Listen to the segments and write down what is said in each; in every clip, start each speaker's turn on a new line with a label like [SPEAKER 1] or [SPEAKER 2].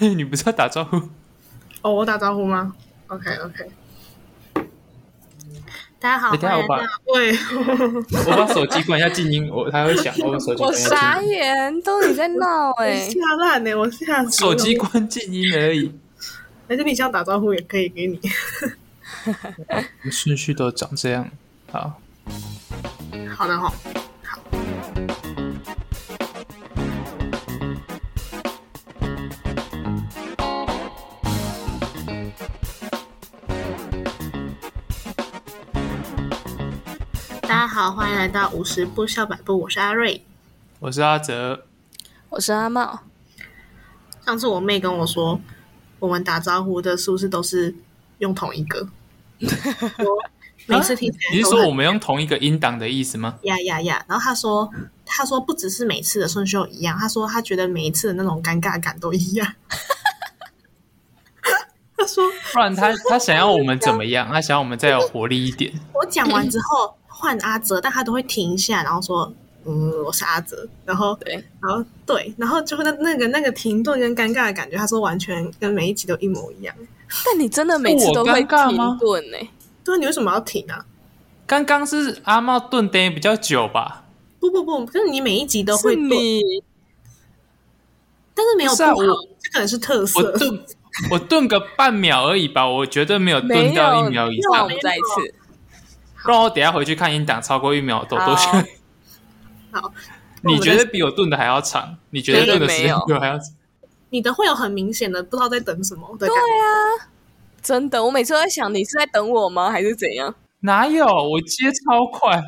[SPEAKER 1] 你不是要打招呼？
[SPEAKER 2] 哦，我打招呼吗？OK OK。大家好，
[SPEAKER 1] 哎等一下
[SPEAKER 2] 欢迎
[SPEAKER 1] 我把
[SPEAKER 2] 到 喂，
[SPEAKER 1] 我把手机关一下静音，我它会响。我把手机
[SPEAKER 3] 我
[SPEAKER 1] 关一下静音
[SPEAKER 3] 傻眼，都你在 闹哎、
[SPEAKER 2] 吓烂欸呢，我吓死了
[SPEAKER 1] 手机，关静音而已，
[SPEAKER 2] 而且你想打招呼也可以给你。
[SPEAKER 1] 我们顺序都长这样。好，
[SPEAKER 2] 好的哈，大家好，欢迎来到五十步笑百步，我是阿瑞。
[SPEAKER 1] 我是阿哲，
[SPEAKER 3] 我是阿茂，
[SPEAKER 2] 上次我妹跟我说，我们打招呼的是不是都是用同一个？我每次听起来
[SPEAKER 1] 啊你是
[SPEAKER 2] 都
[SPEAKER 1] 说
[SPEAKER 2] 很
[SPEAKER 1] 我们用同一个音档的意思吗？
[SPEAKER 2] 呀呀呀！然后他说，他说不只是每次的顺序都一样，他说他觉得每一次的那种尴尬感都一样。 他说
[SPEAKER 1] 不然 他他想要我们怎么样？他想要我们再有活力一点。
[SPEAKER 2] 我讲完之后换阿哲，但他都会停一下，然后说。嗯，我是阿哲，然后
[SPEAKER 3] 对，
[SPEAKER 2] 然后对，然后就会那那个那个停顿跟尴尬的感觉，他说完全跟每一集都一模一样。
[SPEAKER 3] 但你真的每次都
[SPEAKER 1] 是我
[SPEAKER 3] 会
[SPEAKER 1] 尴尬吗
[SPEAKER 3] 停顿欸呢、
[SPEAKER 2] 对，你为什么要停啊？
[SPEAKER 1] 刚刚是阿茂顿呆比较久吧？
[SPEAKER 2] 不不不，就是你每一集都会
[SPEAKER 3] 是
[SPEAKER 2] 对，
[SPEAKER 3] 你
[SPEAKER 2] 但是没有
[SPEAKER 1] 不
[SPEAKER 2] 不
[SPEAKER 1] 是啊
[SPEAKER 2] 好，
[SPEAKER 1] 我
[SPEAKER 2] 这可能是特
[SPEAKER 1] 我
[SPEAKER 2] 色。
[SPEAKER 1] 顿我顿个半秒而已吧，我绝对没有
[SPEAKER 3] 没
[SPEAKER 1] 顿
[SPEAKER 3] 有，
[SPEAKER 1] 掉一秒以
[SPEAKER 3] 那我
[SPEAKER 1] 上
[SPEAKER 3] 们。再一次，
[SPEAKER 1] 不然我等一下回去看音档，超过一秒都 都
[SPEAKER 3] 好
[SPEAKER 1] 是。
[SPEAKER 2] 好，
[SPEAKER 1] 你觉得比我顿的还要长？你觉得顿的时间比我还要长？
[SPEAKER 2] 你的会有很明显的不知道在等什么的
[SPEAKER 3] 对
[SPEAKER 2] 感觉。
[SPEAKER 3] 啊，真的，我每次都在想，你是在等我吗，还是怎样？
[SPEAKER 1] 哪有？我接超快。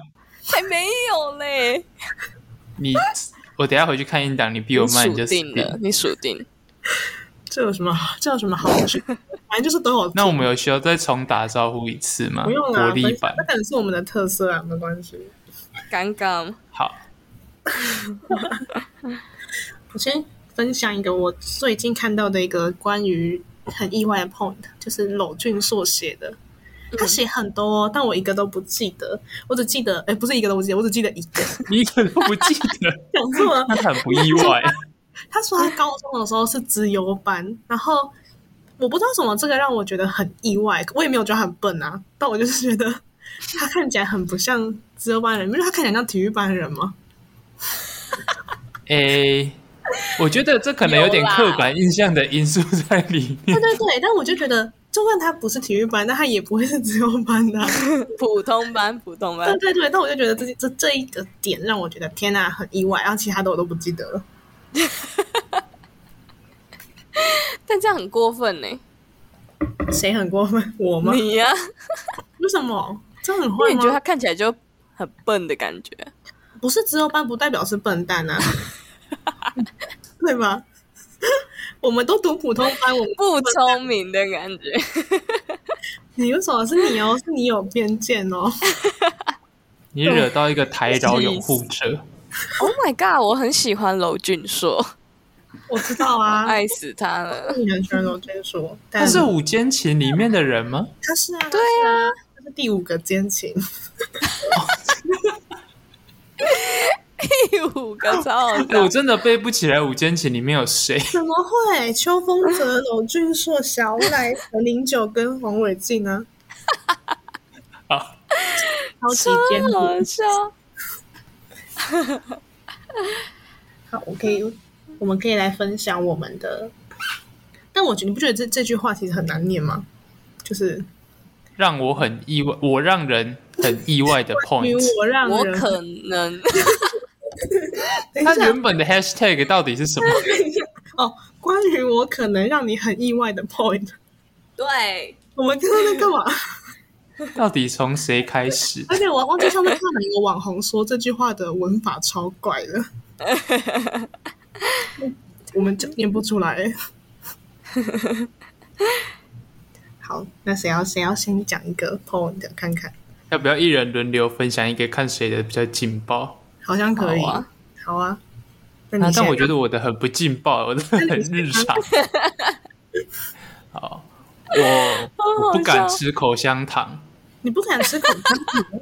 [SPEAKER 3] 才没有嘞，
[SPEAKER 1] 你我等一下回去看音档，你比我
[SPEAKER 3] 你
[SPEAKER 1] 慢，
[SPEAKER 3] 数
[SPEAKER 1] 你就死
[SPEAKER 3] 定
[SPEAKER 1] 定
[SPEAKER 3] 了，。你数定，
[SPEAKER 2] 这有什么？这有什么好 处？反正就是都有。
[SPEAKER 1] 那我们有需要再重打招呼一次吗？
[SPEAKER 2] 不用
[SPEAKER 1] 活
[SPEAKER 2] 啊，
[SPEAKER 1] 力
[SPEAKER 2] 分
[SPEAKER 1] 版
[SPEAKER 2] 享这可能是我们的特色啊，没关系。
[SPEAKER 3] 尴尬吗？
[SPEAKER 1] 好，
[SPEAKER 2] 我先分享一个我最近看到的一个关于很意外的 point，就是娄俊硕写的。
[SPEAKER 1] 嗯
[SPEAKER 2] 他写很多、但我一个都不记得，我只记得，哎、不是一个都不记得，我只记得一个。
[SPEAKER 1] 你一个都不记得，
[SPEAKER 2] 讲错 了，
[SPEAKER 1] 那很不意 外。
[SPEAKER 2] 他说他高中的时候是资优班，然后我不知道什么，这个让我觉得很意外。我也没有觉得很笨啊，但我就是觉得他看起来很不像资优班人，因为他看起来像体育班人嘛。
[SPEAKER 1] 诶、我觉得这可能有点刻板印象的因素在里面
[SPEAKER 2] 对。对对，但我就觉得，就算他不是体育班，那他也不会是资优班的啊、
[SPEAKER 3] 普通班，普通班
[SPEAKER 1] 嗯
[SPEAKER 2] 对，对对，但我就觉得这这这一个点让我觉得天哪、很意外。然后其他的我都不记得了。
[SPEAKER 3] 但这样很过分呢、
[SPEAKER 2] 谁很过分？我吗？
[SPEAKER 3] 你呀、
[SPEAKER 2] 为什么？这样很
[SPEAKER 3] 因
[SPEAKER 2] 坏
[SPEAKER 3] 为你觉得
[SPEAKER 2] 吗
[SPEAKER 3] 他？看起来就很笨的感觉。
[SPEAKER 2] 不是资优班不代表是笨蛋啊， 对吧？ 我们都读普通班，我们
[SPEAKER 3] 不聪明的感觉，
[SPEAKER 2] 你为什么是你哦？是你有偏见哦？
[SPEAKER 1] 你惹到一个台岛拥护者，
[SPEAKER 3] Oh my god！我很喜欢娄俊硕，
[SPEAKER 2] 我知道 啊，
[SPEAKER 3] 爱死他了。
[SPEAKER 2] 你很喜欢罗振说，
[SPEAKER 1] 他
[SPEAKER 2] 但
[SPEAKER 1] 是午间琴里面的人吗？
[SPEAKER 2] 他是啊，
[SPEAKER 3] 对
[SPEAKER 2] 啊，他是第五个奸情，
[SPEAKER 3] 第五个超好
[SPEAKER 1] 诶
[SPEAKER 3] 笑
[SPEAKER 1] 哎我，真的背不起来午间琴里面有谁。
[SPEAKER 2] 怎么会？秋风泽、娄俊硕、小赖、陈零九跟黄伟晋呢？
[SPEAKER 1] 好，
[SPEAKER 2] 超级奸
[SPEAKER 3] 超好
[SPEAKER 2] 情。
[SPEAKER 3] 笑。
[SPEAKER 2] 好，我可以，我们可以来分享我们的。但我觉得你不觉得这这句话其实很难念吗？就是
[SPEAKER 1] 让我很意外，我让人很意外 的
[SPEAKER 2] 与
[SPEAKER 1] point。
[SPEAKER 2] 我让
[SPEAKER 3] 我
[SPEAKER 2] 人，
[SPEAKER 3] 可能
[SPEAKER 2] 等一
[SPEAKER 1] 他
[SPEAKER 2] 下
[SPEAKER 1] 原本的 hashtag 到底是什么？
[SPEAKER 2] 哦，关于我可能让你很意外的 point，
[SPEAKER 3] 对，
[SPEAKER 2] 我们刚刚在干嘛？
[SPEAKER 1] 到底从谁开始？
[SPEAKER 2] 而且我忘记上次看哪个网红说这句话的文法超怪的， 我们就念不出来。好，那谁要谁要先讲一个 point 看看，
[SPEAKER 1] 要不要一人轮流分享一个，看谁的比较劲爆？
[SPEAKER 2] 好像可以。
[SPEAKER 3] 好啊
[SPEAKER 2] 好啊那你
[SPEAKER 1] 啊，
[SPEAKER 2] 先、
[SPEAKER 1] 但我觉得我的很不劲爆，我的很日常。好，我
[SPEAKER 3] 好
[SPEAKER 1] 我不敢
[SPEAKER 3] 好笑。
[SPEAKER 1] 吃口香糖，
[SPEAKER 2] 你不敢吃口香糖，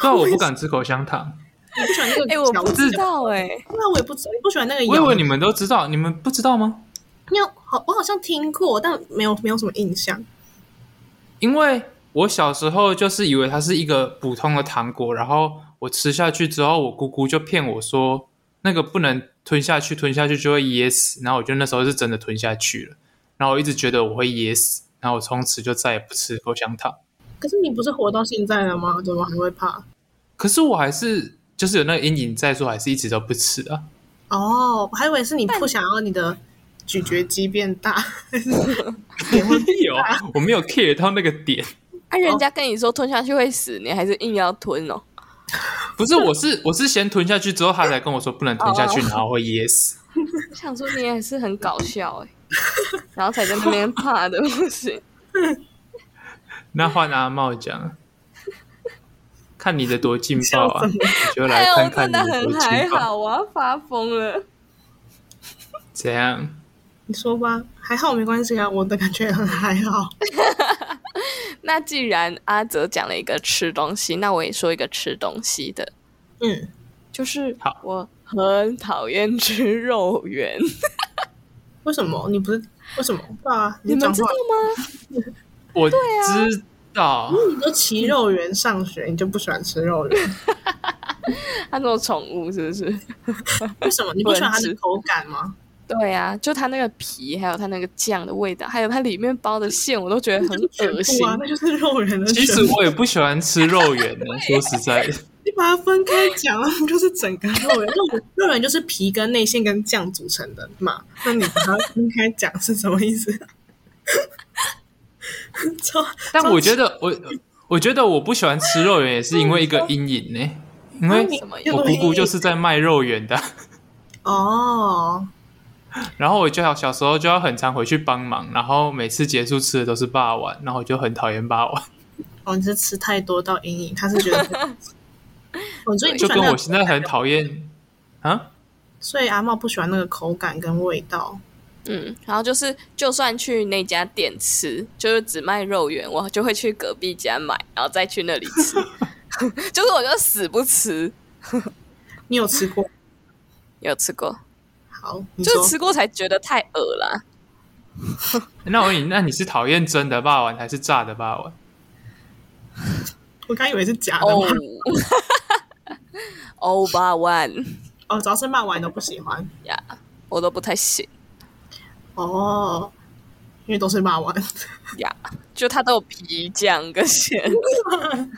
[SPEAKER 1] 对啊，我不敢吃口香糖。
[SPEAKER 2] 你不喜欢那个
[SPEAKER 3] 哎，我
[SPEAKER 2] 小
[SPEAKER 3] 不知道哎，
[SPEAKER 2] 那我也不知，你不喜欢那个
[SPEAKER 1] 我以
[SPEAKER 2] 咬
[SPEAKER 1] 为
[SPEAKER 2] 的。
[SPEAKER 1] 你们都知道，你们不知道吗？
[SPEAKER 2] 因为好，我好像听过，但没有没有什么印象。
[SPEAKER 1] 因为我小时候就是以为它是一个普通的糖果，然后我吃下去之后，我姑姑就骗我说那个不能吞下去，吞下去就会噎死。然后我就那时候是真的吞下去了，然后我一直觉得我会噎死，然后我从此就再也不吃口香糖。
[SPEAKER 2] 可是你不是活到现在了吗？怎么还会怕？
[SPEAKER 1] 可是我还是就是有那个阴影在，说还是一直都不吃啊。
[SPEAKER 2] 哦，我还以为是你不想要你的咀嚼肌变大，
[SPEAKER 1] 没有，啊我没有 care 到那个点。
[SPEAKER 3] 啊，人家跟你说吞下去会死，你还是硬要吞哦。
[SPEAKER 1] 不是，我是我是先吞下去之后，他才跟我说不能吞下去，然后会噎死。
[SPEAKER 3] 我想说你也是很搞笑哎、然后才在那边怕的不行。
[SPEAKER 1] 那换阿茂讲，看你的多劲爆啊！
[SPEAKER 2] 笑
[SPEAKER 1] 你
[SPEAKER 2] 死
[SPEAKER 1] 就
[SPEAKER 3] 哎
[SPEAKER 1] 来
[SPEAKER 3] 呦，我
[SPEAKER 1] 看看
[SPEAKER 3] 真
[SPEAKER 1] 你
[SPEAKER 3] 的
[SPEAKER 1] 的
[SPEAKER 3] 很
[SPEAKER 1] 多
[SPEAKER 3] 还
[SPEAKER 1] 劲爆
[SPEAKER 3] 好，我要发疯了。
[SPEAKER 1] 怎样？
[SPEAKER 2] 你说吧，还好没关系啊，我的感觉很还好。
[SPEAKER 3] 那既然阿泽讲了一个吃东西，那我也说一个吃东西的，
[SPEAKER 2] 嗯，
[SPEAKER 3] 就是
[SPEAKER 1] 好
[SPEAKER 3] 我很讨厌吃肉圆，
[SPEAKER 2] 为什么你不是为什么？对啊，
[SPEAKER 3] 你
[SPEAKER 2] 讲
[SPEAKER 3] 们知
[SPEAKER 2] 话
[SPEAKER 3] 道，吗？
[SPEAKER 1] 我
[SPEAKER 3] 啊
[SPEAKER 1] 知道，
[SPEAKER 2] 你都骑肉圆上学，你就不喜欢吃肉 圆？
[SPEAKER 3] 它做宠物是不是？
[SPEAKER 2] 为什么你不喜欢它
[SPEAKER 3] 不能
[SPEAKER 2] 的
[SPEAKER 3] 吃
[SPEAKER 2] 口感吗？
[SPEAKER 3] 对啊，就它那个皮，还有它那个酱的味道，还有它里面包的馅，我都觉得很
[SPEAKER 2] 全
[SPEAKER 3] 恶心
[SPEAKER 2] 部。啊，那就是肉圆的
[SPEAKER 1] 其
[SPEAKER 2] 全部。
[SPEAKER 1] 实我也不喜欢吃肉 圆的，说实在
[SPEAKER 3] 啊
[SPEAKER 1] 的，
[SPEAKER 2] 你把它分开讲，它们 就是整个肉圆。肉肉圆就是皮跟内馅跟酱组成的嘛。那你把它分开讲是什么意思？ 超，
[SPEAKER 1] 但我觉
[SPEAKER 2] 得
[SPEAKER 1] 得我我觉得我不喜欢吃肉圆，也是因为一个阴影呢、因为
[SPEAKER 3] 什么
[SPEAKER 1] 我姑姑就是在卖肉圆的，
[SPEAKER 2] 哦，
[SPEAKER 1] 然后我就小时候就要很常回去帮忙，然后每次结束吃的都是霸王，然后我就很讨厌霸王，
[SPEAKER 2] 哦，你是吃太多到阴影，他是觉得不 好吃，哦，所以你
[SPEAKER 1] 就
[SPEAKER 2] 不喜欢
[SPEAKER 1] 跟
[SPEAKER 2] 那
[SPEAKER 1] 我
[SPEAKER 2] 个，
[SPEAKER 1] 现在很讨厌啊，
[SPEAKER 2] 所以阿茂不喜欢那个口感跟味道。
[SPEAKER 3] 嗯，然后就是就算去那家店吃，就是只卖肉圆，我就会去隔壁家买，然后再去那里 吃，就是我就死不吃。
[SPEAKER 2] 你有吃过？
[SPEAKER 3] 有吃过，
[SPEAKER 2] 好，你
[SPEAKER 3] 就
[SPEAKER 2] 说
[SPEAKER 3] 是吃过才觉得太恶啦。
[SPEAKER 1] 那我问你，那你是讨厌真的霸王还是炸的霸王？
[SPEAKER 2] 我刚以为是假的
[SPEAKER 3] 哦
[SPEAKER 2] 嘛。，
[SPEAKER 3] 欧巴 one
[SPEAKER 2] 哦，只要是骂完都不喜欢
[SPEAKER 3] 呀，我都不太行
[SPEAKER 2] 哦，因为都是骂完。
[SPEAKER 3] 呀，就它都有皮酱跟咸，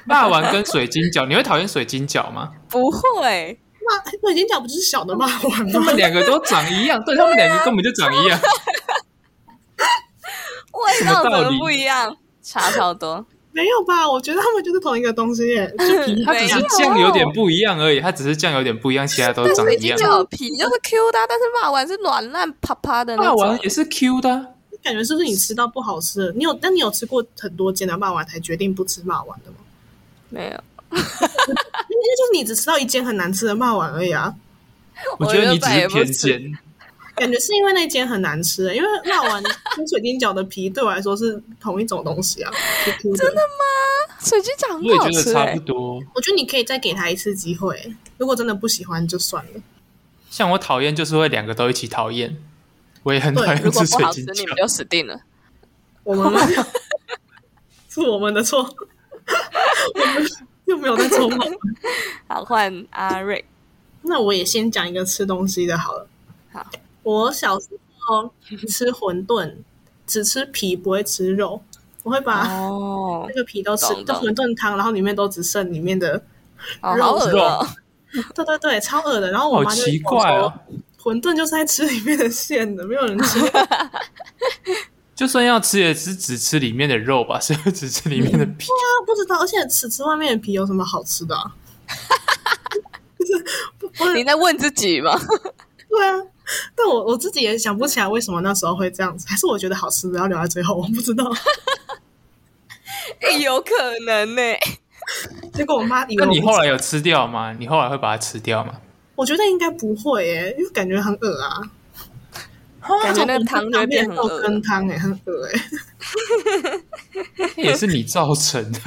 [SPEAKER 1] 霸王跟水晶饺，你会讨厌水晶饺 吗？
[SPEAKER 3] 不会。
[SPEAKER 2] 那那已经讲不就是小的骂完吗
[SPEAKER 1] 他？们两个都长一样，对他们两个根本就长 一样。
[SPEAKER 3] 味
[SPEAKER 1] 什么
[SPEAKER 3] 道
[SPEAKER 1] 道
[SPEAKER 3] 怎
[SPEAKER 1] 理
[SPEAKER 3] 么不一样？差超 多，
[SPEAKER 2] 没有吧？我觉得他们就是同一个东西耶， 就
[SPEAKER 3] 啊
[SPEAKER 2] 皮
[SPEAKER 1] 它只是酱有点不一样而已，它只是酱有点不一样，其他都长
[SPEAKER 3] 水
[SPEAKER 1] 一
[SPEAKER 3] 晶
[SPEAKER 1] 样。
[SPEAKER 3] 饺皮就是 Q 的啊，但是骂完是软烂啪啪的那
[SPEAKER 1] 霸
[SPEAKER 3] 种。
[SPEAKER 1] 王也是 Q 的啊、
[SPEAKER 2] 感觉是不是你吃到不好吃的？你有？那你有吃过很多间的骂完才决定不吃骂完的吗？
[SPEAKER 3] 没有，
[SPEAKER 2] 因为就是你只吃到一间很难吃的骂完而已啊。
[SPEAKER 1] 我觉得你只是偏见。
[SPEAKER 2] 感觉是因为那间很难吃、因为辣丸跟水晶饺的皮对我来说是同一种东西啊。真的，
[SPEAKER 3] 水晶饺
[SPEAKER 1] 我也
[SPEAKER 3] 很好
[SPEAKER 1] 觉得
[SPEAKER 3] 吃、
[SPEAKER 1] 差不
[SPEAKER 3] 欸。
[SPEAKER 1] 多。
[SPEAKER 2] 我觉得你可以再给他一次机会、如果真的不喜欢就算了。
[SPEAKER 1] 像我讨厌就是会两个都一起讨厌，我也很讨
[SPEAKER 2] 对
[SPEAKER 1] 厌
[SPEAKER 3] 如果
[SPEAKER 1] 吃
[SPEAKER 3] 不
[SPEAKER 1] 水
[SPEAKER 3] 好吃，
[SPEAKER 1] 晶
[SPEAKER 3] 你们
[SPEAKER 1] 饺。
[SPEAKER 3] 就死定了。
[SPEAKER 2] 我 们没有是我们的错， 我们又没有在做梦。
[SPEAKER 3] 好，换阿瑞。
[SPEAKER 2] 那我也先讲一个吃东西的好了。
[SPEAKER 3] 好，
[SPEAKER 2] 我小时候吃馄饨，只吃皮不会吃肉，我会把
[SPEAKER 3] 哦
[SPEAKER 2] 那，个皮都吃，
[SPEAKER 3] 懂
[SPEAKER 2] 就
[SPEAKER 3] 懂
[SPEAKER 2] 馄饨汤，然后里面都只剩里面的
[SPEAKER 3] 哦
[SPEAKER 2] 肉
[SPEAKER 3] 好恶哦、
[SPEAKER 2] 对对对，超恶的。然后我
[SPEAKER 1] 好
[SPEAKER 2] 妈就
[SPEAKER 1] 奇怪哦！
[SPEAKER 2] 馄饨就是在吃里面的馅的，没有人吃。 啊
[SPEAKER 1] 就算要吃，也是只吃里面的肉吧， 谁会只吃里面的皮？
[SPEAKER 2] 他不知道，而且只吃外面的皮有什么好吃的、啊？就是不不
[SPEAKER 3] 你在问自己 吗？
[SPEAKER 2] 对啊。但我我自己也想不起来为什么那时候会这样子，还是我觉得好吃的要留在最后，我不知道。
[SPEAKER 3] 欸有可能欸呢、
[SPEAKER 2] 结果我妈以为
[SPEAKER 1] 那
[SPEAKER 2] 我
[SPEAKER 1] 你
[SPEAKER 2] 不
[SPEAKER 1] 后
[SPEAKER 2] 吃
[SPEAKER 1] 来有吃掉吗？你后来会把它吃掉吗？
[SPEAKER 2] 我觉得应该不会耶、因为感觉很恶啊，
[SPEAKER 3] 感觉那个汤就会变
[SPEAKER 2] 变
[SPEAKER 3] 很
[SPEAKER 2] 肉
[SPEAKER 3] 恶。
[SPEAKER 2] 羹汤哎、很恶哎、
[SPEAKER 1] 那 也是你造成的。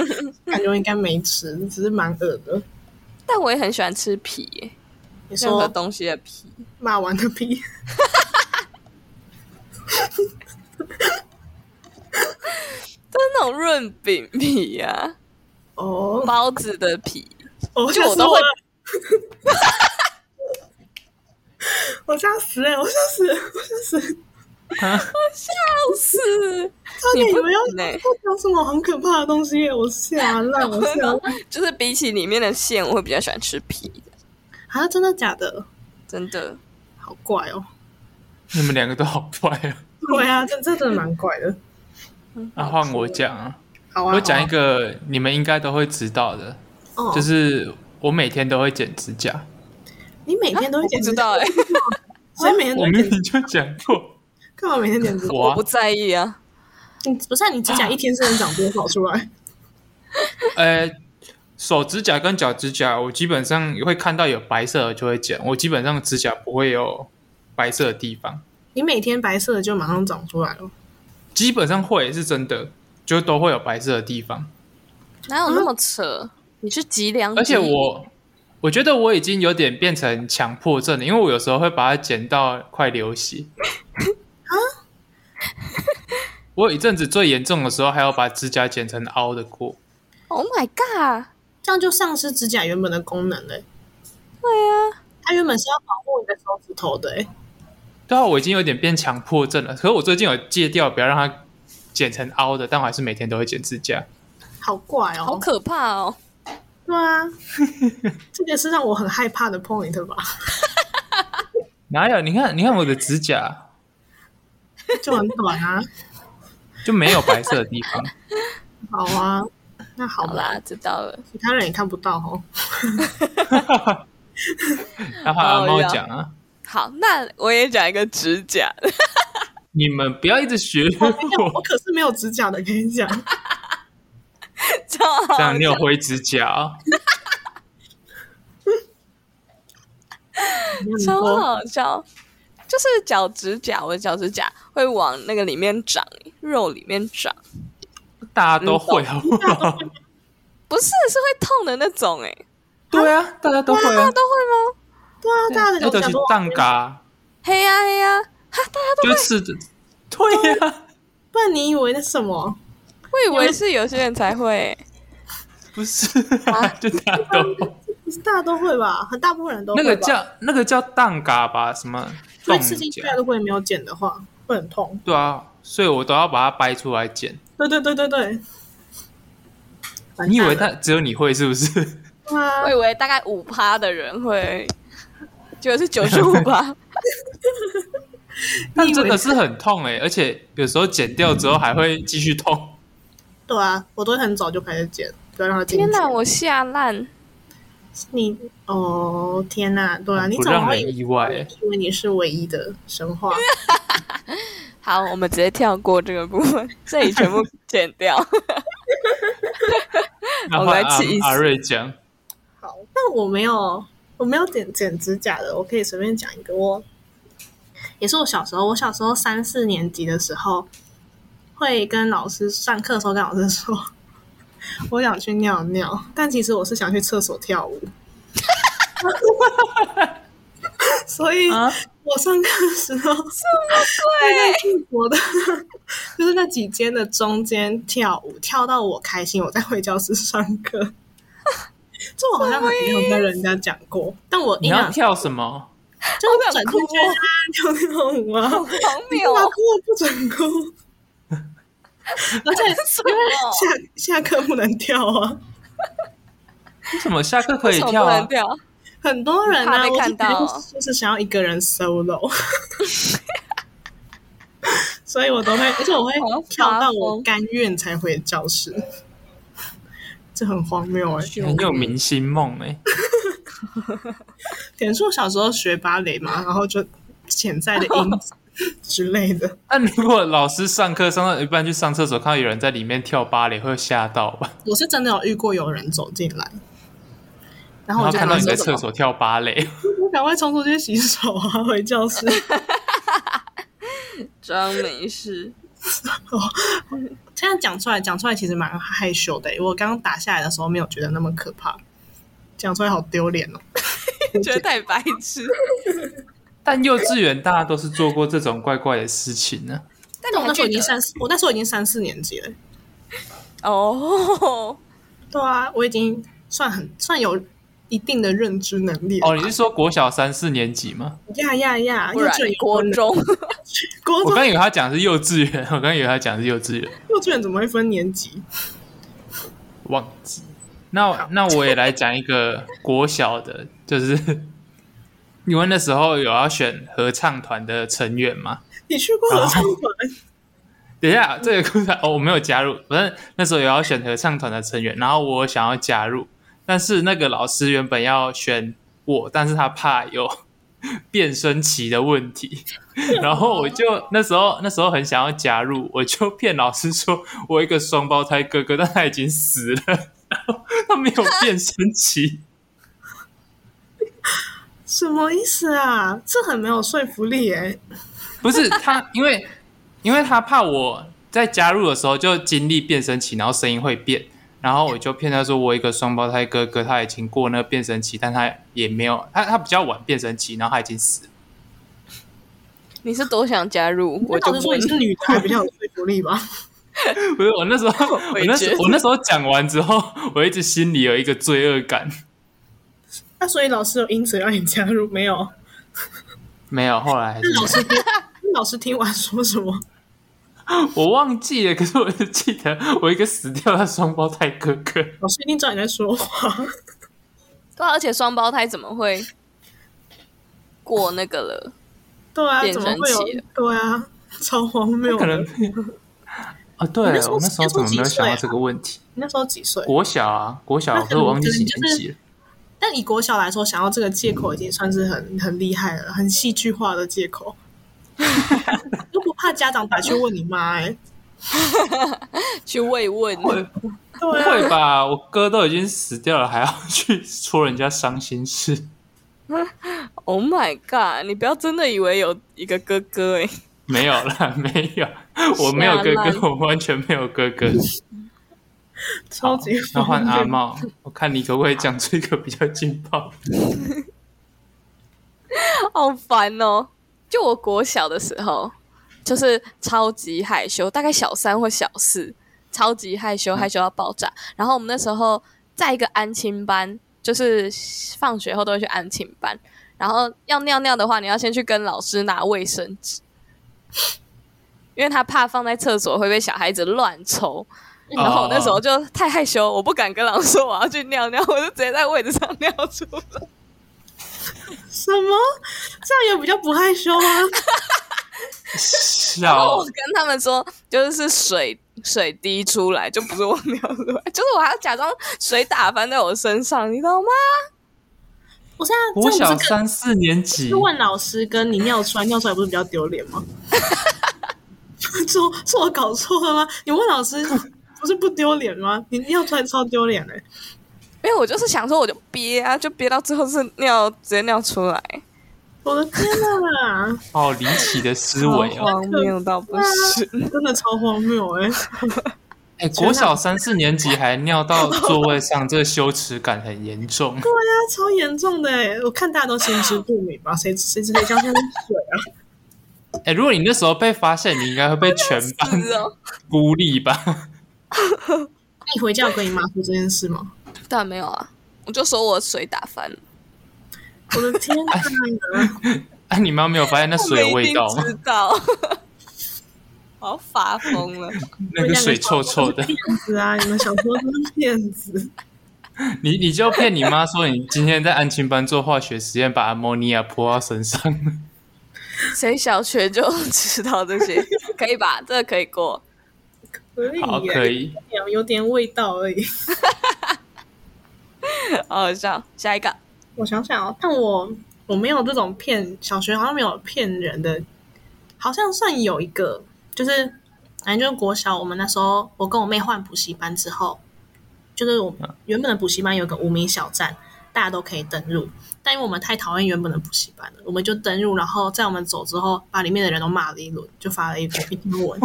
[SPEAKER 2] 感觉我应该没吃，只是蛮恶的。
[SPEAKER 3] 但我也很喜欢吃皮、欸，
[SPEAKER 2] 你
[SPEAKER 3] 任何
[SPEAKER 2] 说
[SPEAKER 3] 东西的皮。
[SPEAKER 2] 骂完的皮，
[SPEAKER 3] 那种润饼皮呀、
[SPEAKER 2] 哦，
[SPEAKER 3] 包子的皮，
[SPEAKER 2] 我
[SPEAKER 3] 就
[SPEAKER 2] 吓
[SPEAKER 3] 我
[SPEAKER 2] 死
[SPEAKER 3] 都
[SPEAKER 2] 我
[SPEAKER 3] 会
[SPEAKER 2] 了，我吓死了，我吓死了，我吓死了，
[SPEAKER 1] 啊
[SPEAKER 3] 就是
[SPEAKER 2] 差
[SPEAKER 3] 你
[SPEAKER 2] 点以
[SPEAKER 3] 不
[SPEAKER 2] 为要
[SPEAKER 3] 行欸
[SPEAKER 2] 要讲什么很可怕的东西耶，我吓烂， 我吓烂
[SPEAKER 3] 就是比起里面的馅，我会比较喜欢吃皮的，
[SPEAKER 2] 啊！真的假的？
[SPEAKER 3] 真的。
[SPEAKER 2] 好怪哦。
[SPEAKER 1] 你们两个都好怪啊！
[SPEAKER 2] 对啊，这这真的蛮怪的。
[SPEAKER 1] 那换我讲啊，
[SPEAKER 2] 好啊，
[SPEAKER 1] 我讲
[SPEAKER 2] 好
[SPEAKER 1] 一
[SPEAKER 2] 啊
[SPEAKER 1] 个你们应该都会知道的，
[SPEAKER 2] 哦
[SPEAKER 1] 就是我每天都会剪指甲，
[SPEAKER 2] 你每天都会
[SPEAKER 3] 我
[SPEAKER 2] 剪
[SPEAKER 3] 不
[SPEAKER 2] 指
[SPEAKER 3] 知
[SPEAKER 2] 甲，
[SPEAKER 3] 道哎、
[SPEAKER 2] 谁每天都
[SPEAKER 1] 我
[SPEAKER 2] 会
[SPEAKER 1] 明
[SPEAKER 2] 剪指甲？
[SPEAKER 1] 明就讲过，
[SPEAKER 2] 干嘛每天剪指甲？
[SPEAKER 1] 我
[SPEAKER 3] 我
[SPEAKER 1] 啊
[SPEAKER 3] 不在意啊。
[SPEAKER 2] 你不是、啊、你指甲一天是能长多少出来？
[SPEAKER 1] 呃，手指甲跟脚指甲，我基本上会看到有白色的就会剪，我基本上指甲不会有白色的地方，
[SPEAKER 2] 你每天白色的就马上长出来了。
[SPEAKER 1] 基本上会是真的，就都会有白色的地方。
[SPEAKER 3] 哪有那么扯？你是脊梁肌，
[SPEAKER 1] 而且我我觉得我已经有点变成强迫症了，因为我有时候会把它剪到快流血。我有一阵子最严重的时候，还要把指甲剪成凹的过。
[SPEAKER 3] ，Oh my god！
[SPEAKER 2] 这样就丧失指甲原本的功能嘞、
[SPEAKER 3] 对啊，
[SPEAKER 2] 它原本是要保护你的手指头的、欸，
[SPEAKER 1] 对啊，我已经有点变强迫症了。可是我最近有戒掉，不要让它剪成凹的，但我还是每天都会剪指甲。
[SPEAKER 2] 好怪哦、
[SPEAKER 3] 好可怕哦。
[SPEAKER 2] 对啊，这个是让我很害怕的 point 吧？
[SPEAKER 1] 哪有？你看，你看我的指甲
[SPEAKER 2] 就很短啊，
[SPEAKER 1] 就没有白色的地方。
[SPEAKER 2] 好啊，那好
[SPEAKER 3] 好
[SPEAKER 2] 吧，
[SPEAKER 3] 啦，知道了。
[SPEAKER 2] 其他人也看不到哦。
[SPEAKER 1] 然后阿猫讲啊，
[SPEAKER 3] 好，那我也讲一个指甲，
[SPEAKER 1] 你们不要一直学
[SPEAKER 2] 我没有哎我
[SPEAKER 1] 我，
[SPEAKER 2] 可是没有指甲的，跟你 讲，
[SPEAKER 3] 超好
[SPEAKER 1] 这样你有灰指甲、哦。
[SPEAKER 3] 超
[SPEAKER 2] 我
[SPEAKER 3] 好笑。就是脚指甲，我的脚指甲会往那个里面长，肉里面长，
[SPEAKER 1] 大家都会，好不好？
[SPEAKER 3] 不是是会痛的那种哎、
[SPEAKER 1] 对啊，大家都会
[SPEAKER 3] 大
[SPEAKER 1] 啊
[SPEAKER 3] 家，都会吗？
[SPEAKER 2] 对啊，大家的
[SPEAKER 1] 那
[SPEAKER 2] 脚
[SPEAKER 1] 都
[SPEAKER 2] 甲
[SPEAKER 1] 哎是
[SPEAKER 2] 都
[SPEAKER 1] 蛋嘎，
[SPEAKER 3] 嘿呀嘿呀，哈，大家
[SPEAKER 1] 就吃的。对啊呀、
[SPEAKER 2] 不然你以为那什么？
[SPEAKER 3] 我以为是有些人才会欸、
[SPEAKER 1] 不是、啊，就大家都会
[SPEAKER 2] 不是大家都会吧？很大部分人都会
[SPEAKER 1] 那
[SPEAKER 2] 吧
[SPEAKER 1] 个叫那个叫蛋嘎吧，什么
[SPEAKER 2] 所
[SPEAKER 1] 冻
[SPEAKER 2] 以刺激
[SPEAKER 1] 甲
[SPEAKER 2] 出？来，如果你没有剪的话，会很痛。
[SPEAKER 1] 对啊，所以我都要把它掰出来剪。
[SPEAKER 2] 对对对对对，
[SPEAKER 1] 你以为它只有你会是不是？
[SPEAKER 2] 啊
[SPEAKER 3] 我以？为大概五趴的人会，结果是九十五趴，
[SPEAKER 1] 但真的是很痛哎、而且有时候剪掉之后还会继续痛。
[SPEAKER 2] 对啊，我都会很早就开始剪，不要让它进去。
[SPEAKER 3] 天哪，我吓烂！
[SPEAKER 2] 你哦，天哪，对啊，你
[SPEAKER 1] 不
[SPEAKER 2] 怎么
[SPEAKER 1] 让
[SPEAKER 2] 会
[SPEAKER 1] 人意外欸
[SPEAKER 2] 以为你是唯一的神话？
[SPEAKER 3] 好，我们直接跳过这个部分，这里全部剪 掉。
[SPEAKER 1] 然后
[SPEAKER 3] 我来
[SPEAKER 1] 阿
[SPEAKER 3] 吃一次
[SPEAKER 1] 阿瑞讲，
[SPEAKER 2] 好，但我没有，我没有剪剪指甲的，我可以随便讲一个。我也是我小时候，我小时候三四年级的时候，会跟老师上课的时候跟老师说， 我想去尿尿，但其实我是想去厕所跳舞。所以，
[SPEAKER 1] 啊
[SPEAKER 2] 我上课的时候，对，我的就是那几间的中间跳舞，跳到我开心，我再回教室上课。这我好像没有跟人家讲过，但我
[SPEAKER 1] 你
[SPEAKER 2] 印象
[SPEAKER 1] 要
[SPEAKER 2] 就
[SPEAKER 1] 跳什么？
[SPEAKER 2] 是转圈圈啊，跳那种舞啊
[SPEAKER 3] 哦好，荒
[SPEAKER 2] 你
[SPEAKER 3] 谬
[SPEAKER 2] 干嘛
[SPEAKER 3] 哦！
[SPEAKER 2] 哭我不准哭， 而且
[SPEAKER 3] 什么？
[SPEAKER 2] 下下课不能跳啊。
[SPEAKER 1] 为什么下课可
[SPEAKER 3] 为
[SPEAKER 1] 以
[SPEAKER 3] 什么
[SPEAKER 1] 跳
[SPEAKER 3] 不能
[SPEAKER 1] 啊？
[SPEAKER 3] 跳？
[SPEAKER 2] 很多人
[SPEAKER 3] 怕
[SPEAKER 2] 啊，
[SPEAKER 3] 被
[SPEAKER 2] 我
[SPEAKER 3] 看到
[SPEAKER 2] 就觉得就是想要一个人 solo，所以我都会，而且我会
[SPEAKER 3] 好
[SPEAKER 2] 跳
[SPEAKER 3] 发
[SPEAKER 2] 到
[SPEAKER 3] 疯
[SPEAKER 2] 我甘愿才回教室，这很荒谬哎、
[SPEAKER 1] 很有明星梦哎、
[SPEAKER 2] 点数小时候学芭蕾嘛，然后就潜在的因子之类的，
[SPEAKER 1] 那如果老师上课上到一半去上厕所，看到有人在里面跳芭蕾，会吓到吧？
[SPEAKER 2] 我是真的有遇过有人走进来，然
[SPEAKER 1] 然
[SPEAKER 2] 后我
[SPEAKER 1] 后
[SPEAKER 2] 就
[SPEAKER 1] 看到你在
[SPEAKER 2] 说
[SPEAKER 1] 厕所跳芭蕾，
[SPEAKER 2] 我赶快冲出去洗手啊，回教室。
[SPEAKER 3] 装没事。
[SPEAKER 2] 现在讲出来，讲出来其实蛮害羞的欸。我刚刚打下来的时候没有觉得那么可怕，讲出来好丢脸哦。
[SPEAKER 3] 觉得太白痴。
[SPEAKER 1] 但幼稚园大家都是做过这种怪怪的事情呢、
[SPEAKER 3] 但你
[SPEAKER 2] 但我
[SPEAKER 3] 还
[SPEAKER 2] 那时候
[SPEAKER 3] 记
[SPEAKER 2] 已经
[SPEAKER 3] 得？
[SPEAKER 2] 三四，我那时候已经三四年级了欸。
[SPEAKER 3] 哦，
[SPEAKER 2] 对啊，我已经算很算有一定的认知能力了
[SPEAKER 1] 哦，你是说国小三四年级吗？
[SPEAKER 2] 呀呀呀！
[SPEAKER 3] 不
[SPEAKER 2] 幼
[SPEAKER 3] 然
[SPEAKER 2] 稚园
[SPEAKER 3] 国
[SPEAKER 2] 有分的
[SPEAKER 3] 中
[SPEAKER 2] 国
[SPEAKER 1] 我
[SPEAKER 2] 中
[SPEAKER 1] 刚以为他讲的是幼稚园，我刚以为他讲的是幼稚园，
[SPEAKER 2] 幼稚园怎么会分年级？
[SPEAKER 1] 忘记。那那我也来讲一个国小的，就是 你们那时候有要选合唱团的成员吗？
[SPEAKER 2] 你去过
[SPEAKER 1] 啊
[SPEAKER 2] 合唱团？
[SPEAKER 1] 等一下，这个故事哦，我没有加入，反正那时候有要选合唱团的成员，然后我想要加入，但是那个老师原本要选我，但是他怕有 变声期的问题，然后我就那时候那时候很想要加入，我就骗老师说我有一个双胞胎哥哥，但他已经死了，然后他没有变声期，
[SPEAKER 2] 什么意思啊？这很没有说服力耶！
[SPEAKER 1] 不是他，因为因为他怕我在加入的时候就经历变声期，然后声音会变，然后我就骗他说我有一个双胞胎哥哥，他已经过那个变声期，但他也没有，他他比较晚变声期，然后他已经死了。
[SPEAKER 3] 你是多想加入？我就
[SPEAKER 2] 老师说
[SPEAKER 3] 问
[SPEAKER 2] 你是女的，还比较有说服力 吧？
[SPEAKER 1] 不 是我那时候，我
[SPEAKER 3] 也
[SPEAKER 1] 那时
[SPEAKER 3] 觉得
[SPEAKER 1] 我那时候讲完之后，我一直心里有一个罪恶感。
[SPEAKER 2] 那所以老师有因此让你加入没有？
[SPEAKER 1] 没有，后来还是
[SPEAKER 2] 那老师听，那老师听完说什么？
[SPEAKER 1] 我忘记了，可是我就记得我一个死掉的双胞胎哥哥。
[SPEAKER 2] 老师一定知道你在说话。
[SPEAKER 3] 对啊、而且双胞胎怎么会过那个了？
[SPEAKER 2] 对啊，
[SPEAKER 3] 变
[SPEAKER 2] 怎
[SPEAKER 3] 声
[SPEAKER 2] 么会有
[SPEAKER 3] 期了？
[SPEAKER 2] 对啊， 超荒谬的。
[SPEAKER 1] 可 能啊，对
[SPEAKER 2] 你那时候
[SPEAKER 1] 我那时候怎么没有想
[SPEAKER 2] 那时候几岁啊
[SPEAKER 1] 到这个问题？
[SPEAKER 2] 你那时候几岁？
[SPEAKER 1] 国小啊，国小，
[SPEAKER 2] 那
[SPEAKER 1] 可
[SPEAKER 2] 可
[SPEAKER 1] 是
[SPEAKER 2] 能
[SPEAKER 1] 我忘记
[SPEAKER 2] 可
[SPEAKER 1] 几
[SPEAKER 2] 能就
[SPEAKER 1] 年
[SPEAKER 2] 是
[SPEAKER 1] 级了。
[SPEAKER 2] 但以国小来说，想要这个借口已经算是很很厉害了，很戏剧化的 借口。都不怕家长打去问你妈哎、
[SPEAKER 3] 去慰问？
[SPEAKER 1] 会不
[SPEAKER 2] 对啊，
[SPEAKER 1] 会吧？我哥都已经死掉了，还要去说人家伤心事？
[SPEAKER 3] Oh my god！你不要真的以为有一个哥哥哎、
[SPEAKER 1] 没有啦， 没有，我没有哥
[SPEAKER 3] 吓烂
[SPEAKER 1] 哥，我完全没有哥 哥。
[SPEAKER 2] 超级
[SPEAKER 1] 那换阿
[SPEAKER 2] 荒谬
[SPEAKER 1] 茂，我看你可不可以讲出一个比较劲爆？
[SPEAKER 3] 好烦哦！就我国小的时候，就是超级害羞，大概小三或小四，超级害羞，害羞到爆炸。然后我们那时候在一个安亲班，就是放学后都会去安亲班。然后要尿尿的话，你要先去跟老师拿卫生纸，因为他怕放在厕所会被小孩子乱抽。
[SPEAKER 1] 嗯
[SPEAKER 3] 然后我那时
[SPEAKER 1] 哦
[SPEAKER 3] 候就太害羞，我不敢跟老师说我要去尿尿，我就直接在位置上尿出来。
[SPEAKER 2] 什么？这样也比较不害羞 啊？
[SPEAKER 3] 然后
[SPEAKER 1] 小
[SPEAKER 3] 我跟他们说，就是是水水滴出来，就不是我尿出来，就是我还要假装水打翻在我身上，你知道吗？
[SPEAKER 2] 我现在
[SPEAKER 1] 国
[SPEAKER 2] 这
[SPEAKER 1] 小
[SPEAKER 2] 样不是
[SPEAKER 1] 三四年级
[SPEAKER 2] 跟，问老师跟你尿出来，尿出来不是比较丢脸吗？ 是我是我搞错了吗？你问老师不是不丢脸吗？你尿出来超丢脸哎、
[SPEAKER 3] 因为我就是想说，我就憋啊，就憋到最后是尿直接尿出来，
[SPEAKER 2] 我的天哪、
[SPEAKER 1] 好哦离奇的思维
[SPEAKER 3] 超
[SPEAKER 1] 哦！
[SPEAKER 3] 荒谬到不行。
[SPEAKER 2] 真的超荒谬
[SPEAKER 1] 欸
[SPEAKER 2] 哎、
[SPEAKER 1] 哎，国小三四年级还尿到座位上，这个羞耻感很严 重。
[SPEAKER 2] 那啊超严重的哎、我看大家都心知肚明吧，谁谁谁叫他们水啊？
[SPEAKER 1] 哎，如果你那时候被发现，你应该会被全班
[SPEAKER 3] 是哦，
[SPEAKER 1] 孤立吧？
[SPEAKER 2] 那你回家有跟你妈说这件事吗？
[SPEAKER 3] 但没有啊，我就说我水打翻了，
[SPEAKER 2] 我的天哪！
[SPEAKER 1] 啊，你妈没有发现那水有
[SPEAKER 3] 我们
[SPEAKER 1] 味
[SPEAKER 3] 一定
[SPEAKER 1] 道 吗？
[SPEAKER 3] 知道， 我要发疯了。
[SPEAKER 1] 那个水臭臭的，
[SPEAKER 2] 骗子啊！你们小时候都是骗子，
[SPEAKER 1] 你你就骗你妈说你今天在安亲班做化学实验，把阿莫尼亚泼到身 上。
[SPEAKER 3] 谁小学就知道这些， 可以吧？这个可以过。
[SPEAKER 2] 可以
[SPEAKER 1] 好，
[SPEAKER 2] 耶
[SPEAKER 1] 可以。
[SPEAKER 2] 有有点味道而已。
[SPEAKER 3] 好好笑，下一个。
[SPEAKER 2] 我想想哦，但我我没有这种骗小学好像没有骗人的，好像算有一个，就是反正就是国小，我们那时候我跟我妹换补习班之后，就是我
[SPEAKER 1] 嗯
[SPEAKER 2] 原本的补习班有个无名小站，大家都可以登入，但因为我们太讨厌原本的补习班了，我们就登入，然后在我们走之后，把里面的人都骂了一轮，就发了一篇一篇 文，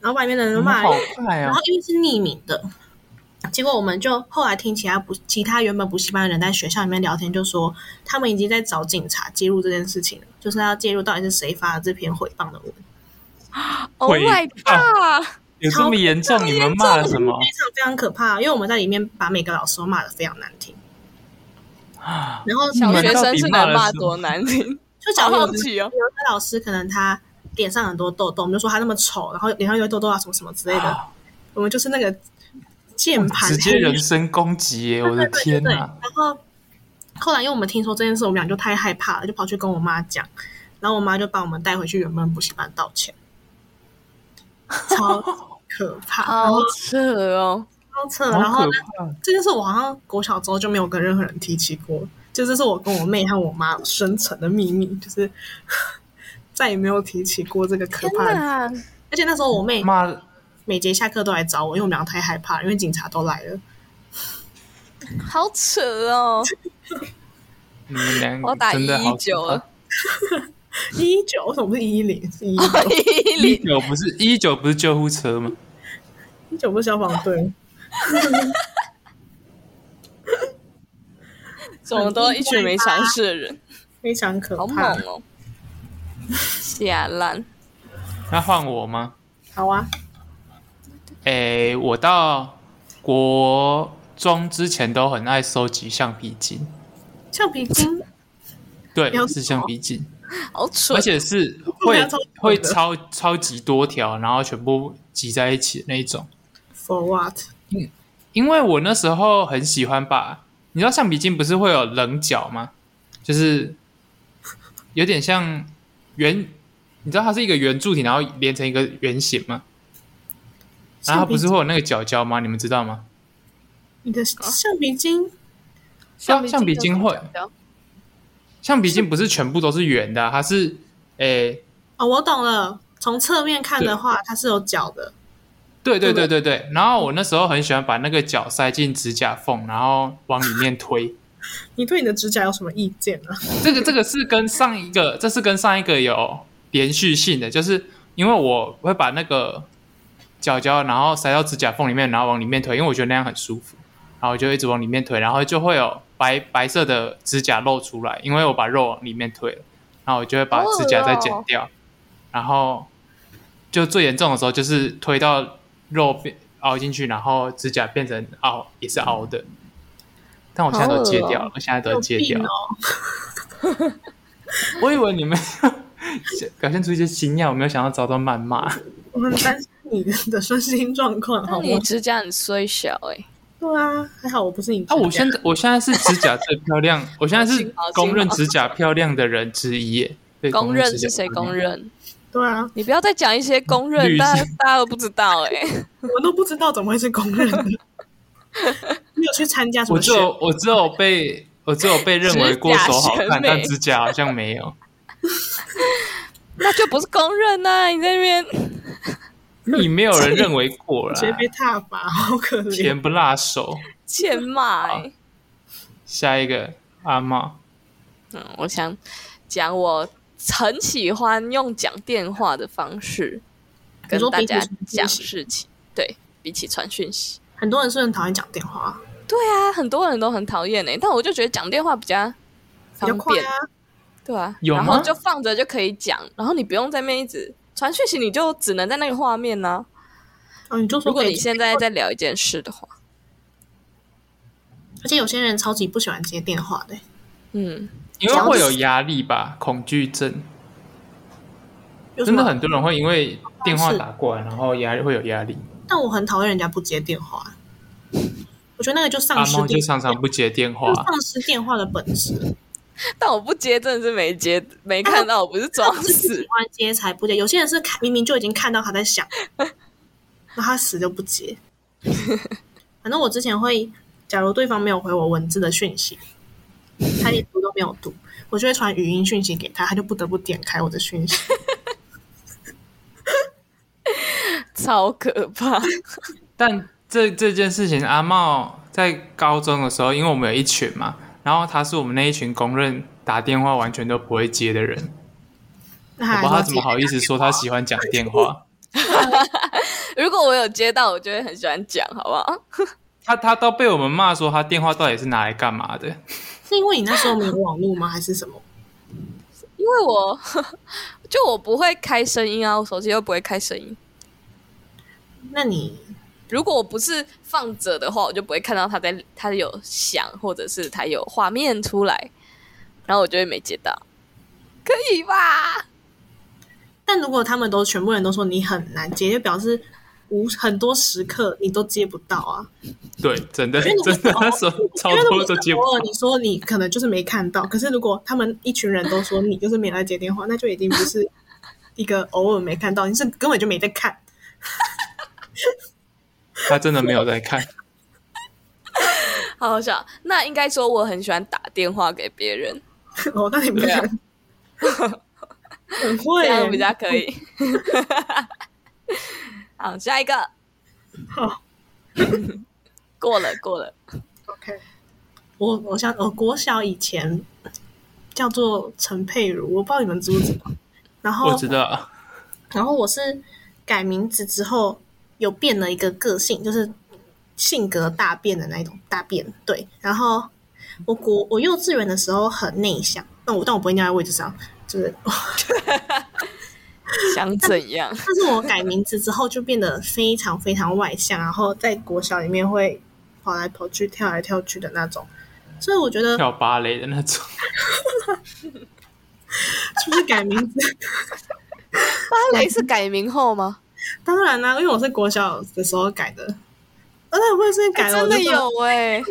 [SPEAKER 2] 然后把里面的人都
[SPEAKER 1] 你们
[SPEAKER 2] 骂了
[SPEAKER 1] 好
[SPEAKER 2] 一轮
[SPEAKER 1] 快
[SPEAKER 2] 然
[SPEAKER 1] 哦
[SPEAKER 2] 后！因为是匿名的，结果我们就后来听其他补其他原本补习班的人在学校里面聊天，就说他们已经在找警察介入这件事情了，就是要介入到底是谁发的这篇诽谤的文。
[SPEAKER 3] Oh
[SPEAKER 1] 会啊
[SPEAKER 3] my god！
[SPEAKER 1] 有这么严重？你们骂了什么
[SPEAKER 2] 非常非常可怕，因为我们在里面把每个老师都骂的非常难听，
[SPEAKER 1] 啊？
[SPEAKER 2] 然后
[SPEAKER 3] 小
[SPEAKER 1] 你们
[SPEAKER 3] 学
[SPEAKER 1] 到
[SPEAKER 3] 生
[SPEAKER 1] 底
[SPEAKER 3] 是
[SPEAKER 1] 骂
[SPEAKER 3] 能
[SPEAKER 1] 了
[SPEAKER 3] 骂
[SPEAKER 1] 什
[SPEAKER 3] 多
[SPEAKER 1] 么
[SPEAKER 3] 难听？
[SPEAKER 2] 就假
[SPEAKER 3] 好
[SPEAKER 2] 如有
[SPEAKER 3] 好
[SPEAKER 2] 的
[SPEAKER 3] 奇哦，
[SPEAKER 2] 有的老师可能他脸上很多痘痘，我们就说他那么丑，然后脸上有痘痘啊什么什么之类的，我们就是那个键盘
[SPEAKER 1] 直接
[SPEAKER 2] 黑人
[SPEAKER 1] 人身攻击耶！我的天
[SPEAKER 2] 对，
[SPEAKER 1] 哪！
[SPEAKER 2] 然后后来因为我们听说这件事，我们俩就太害怕了，就跑去跟我妈讲，然后我妈就把我们带回去原本补习班道歉， 超可怕，然 后
[SPEAKER 3] 好扯哦！
[SPEAKER 2] 超扯。然
[SPEAKER 1] 好
[SPEAKER 2] 后
[SPEAKER 1] 可
[SPEAKER 2] 呢
[SPEAKER 1] 怕！
[SPEAKER 2] 这件事我好像国小之后就没有跟任何人提起过，就这是我跟我妹和我妈深层的秘密，就是 再也没有提起过这个可
[SPEAKER 3] 天
[SPEAKER 2] 怕的。
[SPEAKER 3] 哪，
[SPEAKER 2] 而且那时候我妹
[SPEAKER 1] 骂
[SPEAKER 2] 每节下课都来找我，因为我们俩太害怕了，因为警察都来了。
[SPEAKER 3] 好扯 哦！
[SPEAKER 1] 你们两
[SPEAKER 3] 我要
[SPEAKER 1] 个
[SPEAKER 3] 打
[SPEAKER 1] 真的好可怕
[SPEAKER 3] 119了。
[SPEAKER 2] 一九为什么不是一一零？是一一
[SPEAKER 3] 一
[SPEAKER 1] 一
[SPEAKER 3] 零
[SPEAKER 1] 九不是一九不是救护车吗？
[SPEAKER 2] 一九不是消防队。
[SPEAKER 3] 怎么都一群没尝试的人，
[SPEAKER 2] 非常可
[SPEAKER 3] 好猛
[SPEAKER 2] 怕。
[SPEAKER 3] 哦！下烂，
[SPEAKER 1] 那换我吗？
[SPEAKER 2] 好啊，
[SPEAKER 1] 诶、我到国中之前都很爱收集橡皮筋，
[SPEAKER 2] 橡 皮筋
[SPEAKER 1] 对
[SPEAKER 2] 有，
[SPEAKER 1] 是橡皮筋，
[SPEAKER 3] 好蠢
[SPEAKER 1] 而！且是
[SPEAKER 2] 我
[SPEAKER 1] 会
[SPEAKER 2] 要超多的
[SPEAKER 1] 会超超级多条，然后全部集在一起的那一种。
[SPEAKER 2] for what？
[SPEAKER 1] 因为我那时候很喜欢把，你知道橡皮筋不是会有棱角吗？就是有点像圆，你知道它是一个圆柱体，然后连成一个圆形吗？然后啊它不是
[SPEAKER 2] 橡皮
[SPEAKER 1] 会有那个角角吗？你们知道吗？
[SPEAKER 2] 你的
[SPEAKER 3] 啊
[SPEAKER 2] 橡皮筋
[SPEAKER 1] 橡橡皮筋会
[SPEAKER 3] 都是角角
[SPEAKER 1] 橡皮筋不是全部都是圆的啊、它是诶、
[SPEAKER 2] 哦，我懂了。从侧面看的话，它是有角的。
[SPEAKER 1] 对对
[SPEAKER 2] 对
[SPEAKER 1] 对对对。然后我那时候很喜欢把那个脚塞进指甲缝，然后往里面推。
[SPEAKER 2] 你对你的指甲有什么意见呢、
[SPEAKER 1] 这个这个是跟上一个，这是跟上一个有连续性的，就是因为我会把那个脚脚，然后塞到指甲缝里面，然后往里面推，因为我觉得那样很舒服，然后我就一直往里面推，然后就会有白白色的指甲露出来，因为我把肉往里面推了，然后我就会把指甲再剪掉，然后就最严重的时候就是推到肉变凹进去，然后指甲变成凹也是凹的，但我现在都戒掉
[SPEAKER 3] 好恶哦
[SPEAKER 1] 了，我现在
[SPEAKER 2] 有
[SPEAKER 1] 都呃戒
[SPEAKER 2] 病
[SPEAKER 1] 掉了。
[SPEAKER 2] 哦！
[SPEAKER 1] 我以为你们表现出一些惊讶，我没有想到遭到谩骂。
[SPEAKER 2] 我很担心你的 身心状况，好
[SPEAKER 3] 但
[SPEAKER 2] 吗
[SPEAKER 3] 你？指甲很衰小哎，
[SPEAKER 2] 对啊，还好我不是你指甲。
[SPEAKER 1] 啊，我现在我现在是指甲最漂亮，我现在是
[SPEAKER 3] 好幸好
[SPEAKER 1] 公认指甲漂亮的人之一耶。对，
[SPEAKER 3] 公
[SPEAKER 1] 认
[SPEAKER 3] 认
[SPEAKER 1] 指甲
[SPEAKER 3] 是谁
[SPEAKER 1] 漂亮
[SPEAKER 3] 公？认？
[SPEAKER 2] 对啊，
[SPEAKER 3] 你不要再讲一些公认，
[SPEAKER 1] 律师
[SPEAKER 3] 大家大家都不知道哎。
[SPEAKER 2] 我都不知道怎么会是公认的。你有去参加什
[SPEAKER 1] 我
[SPEAKER 2] 么
[SPEAKER 1] 只
[SPEAKER 2] 学？
[SPEAKER 1] 有我只有被我只有被认为过手好
[SPEAKER 3] 指甲
[SPEAKER 1] 看
[SPEAKER 3] 审，美
[SPEAKER 1] 但指甲好像没有。
[SPEAKER 3] 那就不是公认呐、你在那边
[SPEAKER 1] 你没有人认为过 啦
[SPEAKER 2] 直，接被踏伐，好可怜。
[SPEAKER 1] 甜不辣手。
[SPEAKER 3] 欠骂、欸。
[SPEAKER 1] 下一个阿茂，
[SPEAKER 3] 嗯，我想讲我很喜欢用讲电话的方式跟
[SPEAKER 2] 你说
[SPEAKER 3] 大
[SPEAKER 2] 比起
[SPEAKER 3] 家
[SPEAKER 2] 传讯息
[SPEAKER 3] 讲事情，对，比起传讯息，
[SPEAKER 2] 很多人是很讨厌讲电话，
[SPEAKER 3] 对啊，很多人都很讨厌哎，但我就觉得讲电话比较
[SPEAKER 2] 比较
[SPEAKER 3] 方
[SPEAKER 2] 快
[SPEAKER 3] 便，
[SPEAKER 2] 啊。
[SPEAKER 3] 对啊，
[SPEAKER 1] 有
[SPEAKER 3] 然后
[SPEAKER 1] 吗
[SPEAKER 3] 就放着就可以讲，然后你不用在那边一直传讯息，你就只能在那个画面呢、
[SPEAKER 2] 哦，你就说
[SPEAKER 3] 如果
[SPEAKER 2] 可以
[SPEAKER 3] 你现在在聊一件事的话，
[SPEAKER 2] 而且有些人超级不喜欢接电话的、欸
[SPEAKER 3] 嗯，
[SPEAKER 1] 因为会有压力吧，恐惧症，
[SPEAKER 2] 有什
[SPEAKER 1] 真
[SPEAKER 2] 么
[SPEAKER 1] 的很多人会因为电话打过来，然后压力会有压力。
[SPEAKER 2] 但我很讨厌人家不接电话，我觉得那个就丧
[SPEAKER 1] 阿
[SPEAKER 2] 失
[SPEAKER 1] 猫就
[SPEAKER 2] 电
[SPEAKER 1] 常常不接电话
[SPEAKER 2] 就，丧失电话的本质。
[SPEAKER 3] 但我不接真的是没接，没看到，我不是装死
[SPEAKER 2] 喜，欢接才不接，有些人是看明明就已经看到他在响，那他死就不接。反正我之前会，假如对方没有回我文字的讯息，他连读都没有读，我就会传语音讯息给他，他就不得不点开我的讯息。
[SPEAKER 3] 超可怕。
[SPEAKER 1] 但这这件事情，阿茂在高中的时候，因为我们有一群嘛，然后他是我们那一群公认打电话完全都不会接的人，我
[SPEAKER 2] 那他
[SPEAKER 1] 不知道他
[SPEAKER 2] 还说
[SPEAKER 1] 怎么好意思说他喜欢讲电话。
[SPEAKER 3] 如果我有接到，我就会很喜欢讲，好不好？
[SPEAKER 1] 他他都被我们骂说他电话到底是拿来干嘛 的？
[SPEAKER 2] 是因为你那时候没有网络吗？还是什么？
[SPEAKER 3] 因为 我就我不会开声音啊，我手机又不会开声音，
[SPEAKER 2] 那你
[SPEAKER 3] 如果我不是放着的话，我就不会看到它在它有响，或者是它有画面出来，然后我就会没接到，可以吧？
[SPEAKER 2] 但如果他们都全部人都说你很难接，就表示无很多时刻你都接不到啊。
[SPEAKER 1] 对，真的
[SPEAKER 2] 因为如果
[SPEAKER 1] 真的
[SPEAKER 2] 偶
[SPEAKER 1] 那
[SPEAKER 2] 尔
[SPEAKER 1] 时候超
[SPEAKER 2] 因为如
[SPEAKER 1] 多
[SPEAKER 2] 果
[SPEAKER 1] 都接不
[SPEAKER 2] 偶尔你说你可能就是没看到，可是如果他们一群人都说你就是没来接电话，那就已经不是一个偶尔没看到，你是根本就没在看。
[SPEAKER 1] 他真的没有在看。
[SPEAKER 3] 好好笑。那应该说我很喜欢打电话给别人，
[SPEAKER 2] 哦，那你们
[SPEAKER 3] 对啊
[SPEAKER 2] 很
[SPEAKER 3] 这
[SPEAKER 2] 会
[SPEAKER 3] 样
[SPEAKER 2] 耶，
[SPEAKER 3] 比较可以。 好，下一个
[SPEAKER 2] 好。
[SPEAKER 3] 过了，过了。
[SPEAKER 2] OK，我我想，我国小以前叫做陈佩茹，我不知道你们知不知道。然后
[SPEAKER 1] 我啊知道，
[SPEAKER 2] 然后我是改名字之后有变了一个个性，就是性格大变的那一种大变。对，然后我国我幼稚园的时候很内向，那我但我不会尿在位置上，就是
[SPEAKER 3] 想怎样？
[SPEAKER 2] 但是我改名字之后就变得非常非常外向，然后在国小里面会跑来跑去、跳来跳去的那种。所以我觉得
[SPEAKER 1] 跳芭蕾的那 种，
[SPEAKER 2] 是不是改名字？
[SPEAKER 3] 芭蕾是改名后吗？
[SPEAKER 2] 当然啦、因为我是国小的时候改的，而且我也是改
[SPEAKER 3] 哎
[SPEAKER 2] 了，
[SPEAKER 3] 真的有哎、
[SPEAKER 2] 哎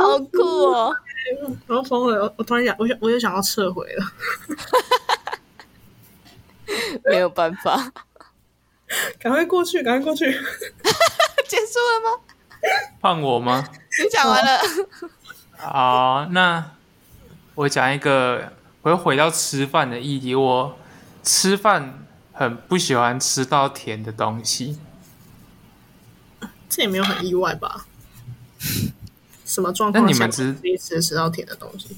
[SPEAKER 3] 好酷哦！
[SPEAKER 2] 我又疯了，我我突然想，我想我又想要撤回了。
[SPEAKER 3] 没有办法，
[SPEAKER 2] 赶快过去，赶快过去。
[SPEAKER 3] 结束了吗？
[SPEAKER 1] 换我吗？
[SPEAKER 3] 你讲完了，
[SPEAKER 1] 好，那我讲一个，我又回到吃饭的议题。我吃饭很不喜欢吃到甜的东西，
[SPEAKER 2] 这也没有很意外吧？什么状
[SPEAKER 1] 那
[SPEAKER 2] 况
[SPEAKER 1] 你
[SPEAKER 2] 下
[SPEAKER 1] 们知
[SPEAKER 2] 第一次吃到甜的东西？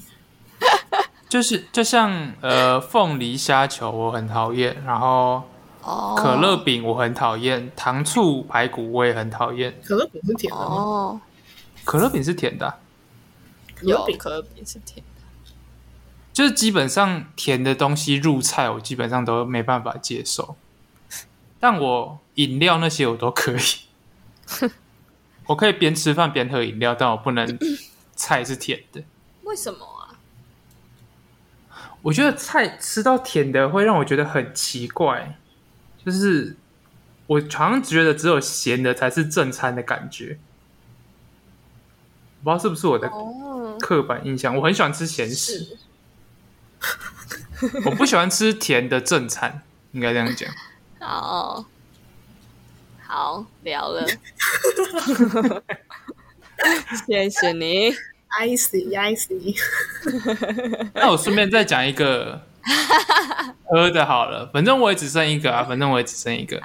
[SPEAKER 1] 就是就像呃凤梨虾球我很讨厌，然后
[SPEAKER 3] 哦
[SPEAKER 1] 可乐饼我很讨厌，糖醋排骨我也很讨厌。
[SPEAKER 2] 可乐饼是甜的吗？
[SPEAKER 3] 哦，
[SPEAKER 1] 可乐饼是甜的啊、
[SPEAKER 2] 可乐
[SPEAKER 3] 有
[SPEAKER 2] 饼
[SPEAKER 3] 可乐饼是甜的，
[SPEAKER 1] 就是基本上甜的东西入菜，我基本上都没办法接受。但我饮料那些我都可以，我可以边吃饭边喝饮料，但我不能菜是甜的。
[SPEAKER 3] 为什么啊？
[SPEAKER 1] 我觉得菜吃到甜的会让我觉得很奇怪，就是我常常觉得只有咸的才是正餐的感觉。我不知道是不是我的
[SPEAKER 3] 哦，
[SPEAKER 1] 刻板印象，我很喜欢吃咸食。
[SPEAKER 2] 是
[SPEAKER 1] 我不喜欢吃甜的正餐，应该这样讲。
[SPEAKER 3] 好，好聊了， 谢谢你。
[SPEAKER 2] icy icy。
[SPEAKER 1] 那我顺便再讲一 个喝的好了，反正我也只剩一个啊，反正我也只剩一个，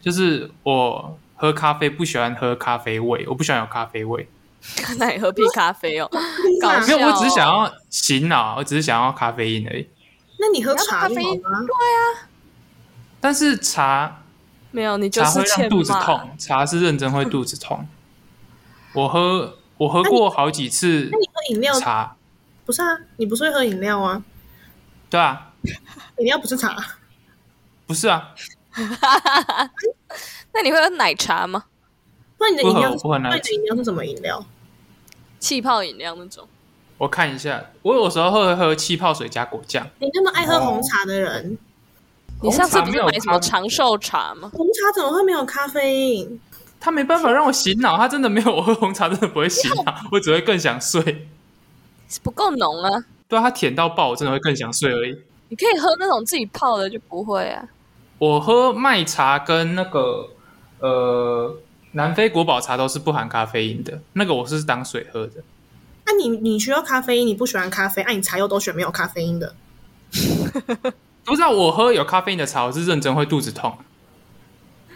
[SPEAKER 1] 就是我喝咖啡不喜欢喝咖啡味，我不喜欢有咖啡味，
[SPEAKER 3] 那你喝屁咖啡哦？搞
[SPEAKER 1] 没
[SPEAKER 3] 笑、
[SPEAKER 1] 有，
[SPEAKER 3] 哦。
[SPEAKER 1] 我只是想要醒脑，我只是想要咖啡因而已。
[SPEAKER 2] 那你喝
[SPEAKER 3] 你要喝
[SPEAKER 2] 茶
[SPEAKER 3] 咖
[SPEAKER 2] 就
[SPEAKER 3] 啡
[SPEAKER 2] 好
[SPEAKER 3] 因
[SPEAKER 2] 吗？
[SPEAKER 1] 但是茶
[SPEAKER 3] 没有，你就
[SPEAKER 1] 茶
[SPEAKER 3] 是
[SPEAKER 1] 会
[SPEAKER 3] 欠
[SPEAKER 1] 让肚子
[SPEAKER 3] 骂。
[SPEAKER 1] 痛，茶是认真会肚子痛。我喝我喝过好几次
[SPEAKER 2] 那你喝饮料
[SPEAKER 1] 茶，
[SPEAKER 2] 不是啊？你不是会喝饮料啊？
[SPEAKER 1] 对啊，
[SPEAKER 2] 饮料不是茶，
[SPEAKER 1] 不是啊，
[SPEAKER 3] 那你会喝奶茶吗？
[SPEAKER 2] 不然你的饮料是，
[SPEAKER 1] 不喝我不喝
[SPEAKER 2] 那
[SPEAKER 1] 奶
[SPEAKER 2] 你的饮料是什么饮料？
[SPEAKER 3] 气泡饮料那种？
[SPEAKER 1] 我看一下，我有时候会喝气泡水加果酱。
[SPEAKER 2] 你那么爱
[SPEAKER 1] 哦
[SPEAKER 2] 喝红茶的人，
[SPEAKER 3] 你上次
[SPEAKER 1] 红茶
[SPEAKER 3] 不
[SPEAKER 1] 没
[SPEAKER 3] 是
[SPEAKER 1] 有
[SPEAKER 3] 买什么
[SPEAKER 1] 咖啡
[SPEAKER 3] 长寿茶吗？
[SPEAKER 2] 红茶怎么会没有咖啡因？
[SPEAKER 1] 他没办法让我醒脑，他真的没有我喝红茶真的不会醒脑，我只会更想睡。
[SPEAKER 3] 是不够浓啊！
[SPEAKER 1] 对啊，他甜到爆，我真的会更想睡而已。
[SPEAKER 3] 你可以喝那种自己泡的，就不会啊。
[SPEAKER 1] 我喝麦茶跟那个呃南非国宝茶都是不含咖啡因的，那个我是当水喝的。
[SPEAKER 2] 那、你你需要咖啡因，你不喜欢咖啡，那、你茶又都选没有咖啡因的，
[SPEAKER 1] 不知道我喝有咖啡因的茶，我是认真会肚子痛，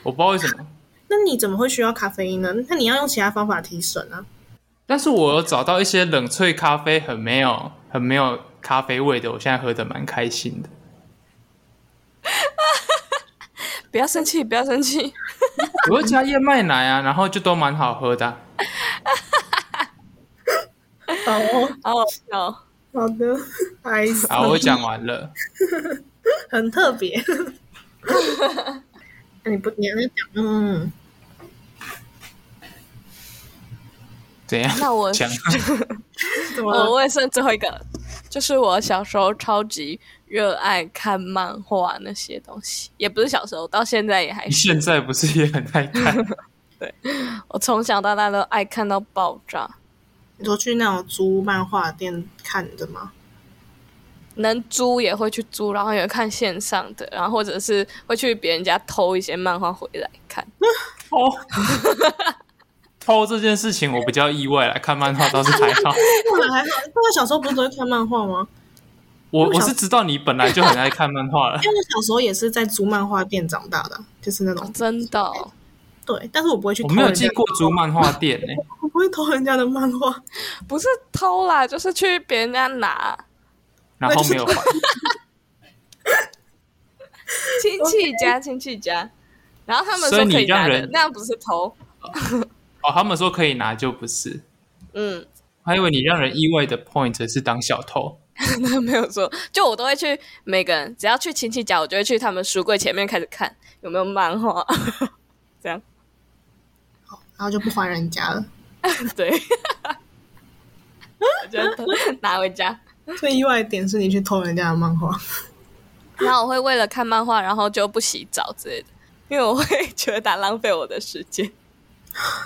[SPEAKER 1] 我不知道为什么。
[SPEAKER 2] 那你怎么会需要咖啡因呢？那你要用其他方法提神啊。
[SPEAKER 1] 但是我有找到一些冷萃咖啡很没有很没有咖啡味的，我现在喝的蛮开心的。
[SPEAKER 3] 不要生气，不要生气。
[SPEAKER 1] 我会加燕麦奶啊，然后就都蛮好喝的啊、
[SPEAKER 2] 哦，
[SPEAKER 3] 好好笑哦，
[SPEAKER 2] 好的，哎，
[SPEAKER 1] 好，我讲完了。
[SPEAKER 2] 很特别。那你不，你还在讲，嗯，
[SPEAKER 1] 怎样？
[SPEAKER 3] 那我
[SPEAKER 1] 讲
[SPEAKER 2] 怎么
[SPEAKER 3] 哦我
[SPEAKER 2] 了？
[SPEAKER 3] 嗯我也剩最后一个，就是我小时候超级热爱看漫画那些东西，也不是小时候，到现在也还
[SPEAKER 1] 你
[SPEAKER 3] 是。
[SPEAKER 1] 现在不是也很爱看？
[SPEAKER 3] 我从小到大都爱看到爆炸，
[SPEAKER 2] 你说去那种租漫画店看的吗？
[SPEAKER 3] 能租也会去租，然后也会看线上的，然后或者是会去别人家偷一些漫画回来 看。
[SPEAKER 1] 偷偷这件事情我比较意外啦，看漫画倒是还好。
[SPEAKER 2] 后来还好，后来小时候不是都会看漫画吗？
[SPEAKER 1] 我我是知道你本来就很爱看漫画 了，
[SPEAKER 2] 因为我小时候也是在租漫画店长大的，啊就是那种
[SPEAKER 3] 真的哦、
[SPEAKER 2] 对，但是我不会去
[SPEAKER 1] 我
[SPEAKER 2] 偷
[SPEAKER 1] 没有
[SPEAKER 2] 人家
[SPEAKER 1] 进，过租漫画 店呢、
[SPEAKER 2] 我不会偷人家的漫画，
[SPEAKER 3] 不是偷啦，就是去别人家拿，
[SPEAKER 1] 然后没有还。
[SPEAKER 3] 亲戚 家亲戚家，然后他们
[SPEAKER 1] 所
[SPEAKER 3] 说
[SPEAKER 1] 以你
[SPEAKER 3] 可以拿
[SPEAKER 1] 让
[SPEAKER 3] 的
[SPEAKER 1] 人，
[SPEAKER 3] 那样不是偷。
[SPEAKER 1] 哦，他们说可以拿就不是，
[SPEAKER 3] 嗯，
[SPEAKER 1] 还以为你让人意外的 point 是当小偷。
[SPEAKER 3] 没有说，就我都会去每个人，只要去亲戚家，我就会去他们书柜前面开始看有没有漫画，这样
[SPEAKER 2] 然后就不还人家了。
[SPEAKER 3] 对， 我就拿回家。
[SPEAKER 2] 最意外的点是你去偷人家的漫画，
[SPEAKER 3] 然后我会为了看漫画，然后就不洗澡之类的，因为我会 觉得浪费我的时间。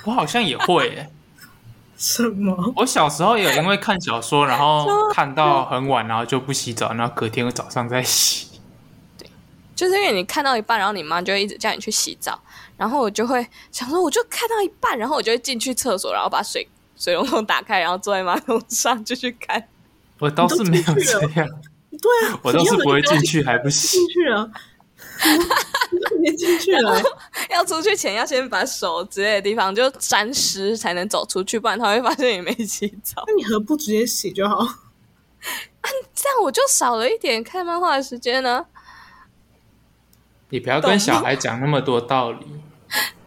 [SPEAKER 1] 我好像也会、欸，
[SPEAKER 2] 什么？
[SPEAKER 1] 我小时候有因为看小说，然 后看到很晚，然后就不洗澡，然后隔天早上再洗。
[SPEAKER 3] 就是因为你看到一半，然后你妈就会一直叫你去洗澡，然后我就会想说，我就看到一半，然后我就会进去厕所，然后把水水龙头打开，然后坐在马桶上继续看。
[SPEAKER 1] 我倒是没有这样，
[SPEAKER 2] 对啊，
[SPEAKER 1] 我倒是不会
[SPEAKER 2] 你要
[SPEAKER 1] 进
[SPEAKER 2] 的
[SPEAKER 1] 去还不洗
[SPEAKER 2] 进。去 了，你都进去了，欸
[SPEAKER 3] 要出去前要先把手之类的地方就沾湿才能走出去，不然他会发现你没洗澡。
[SPEAKER 2] 那你何不直接洗就好？
[SPEAKER 3] 这样我就少了一点看漫画的时间呢、
[SPEAKER 1] 你不要跟小孩讲那么多道理，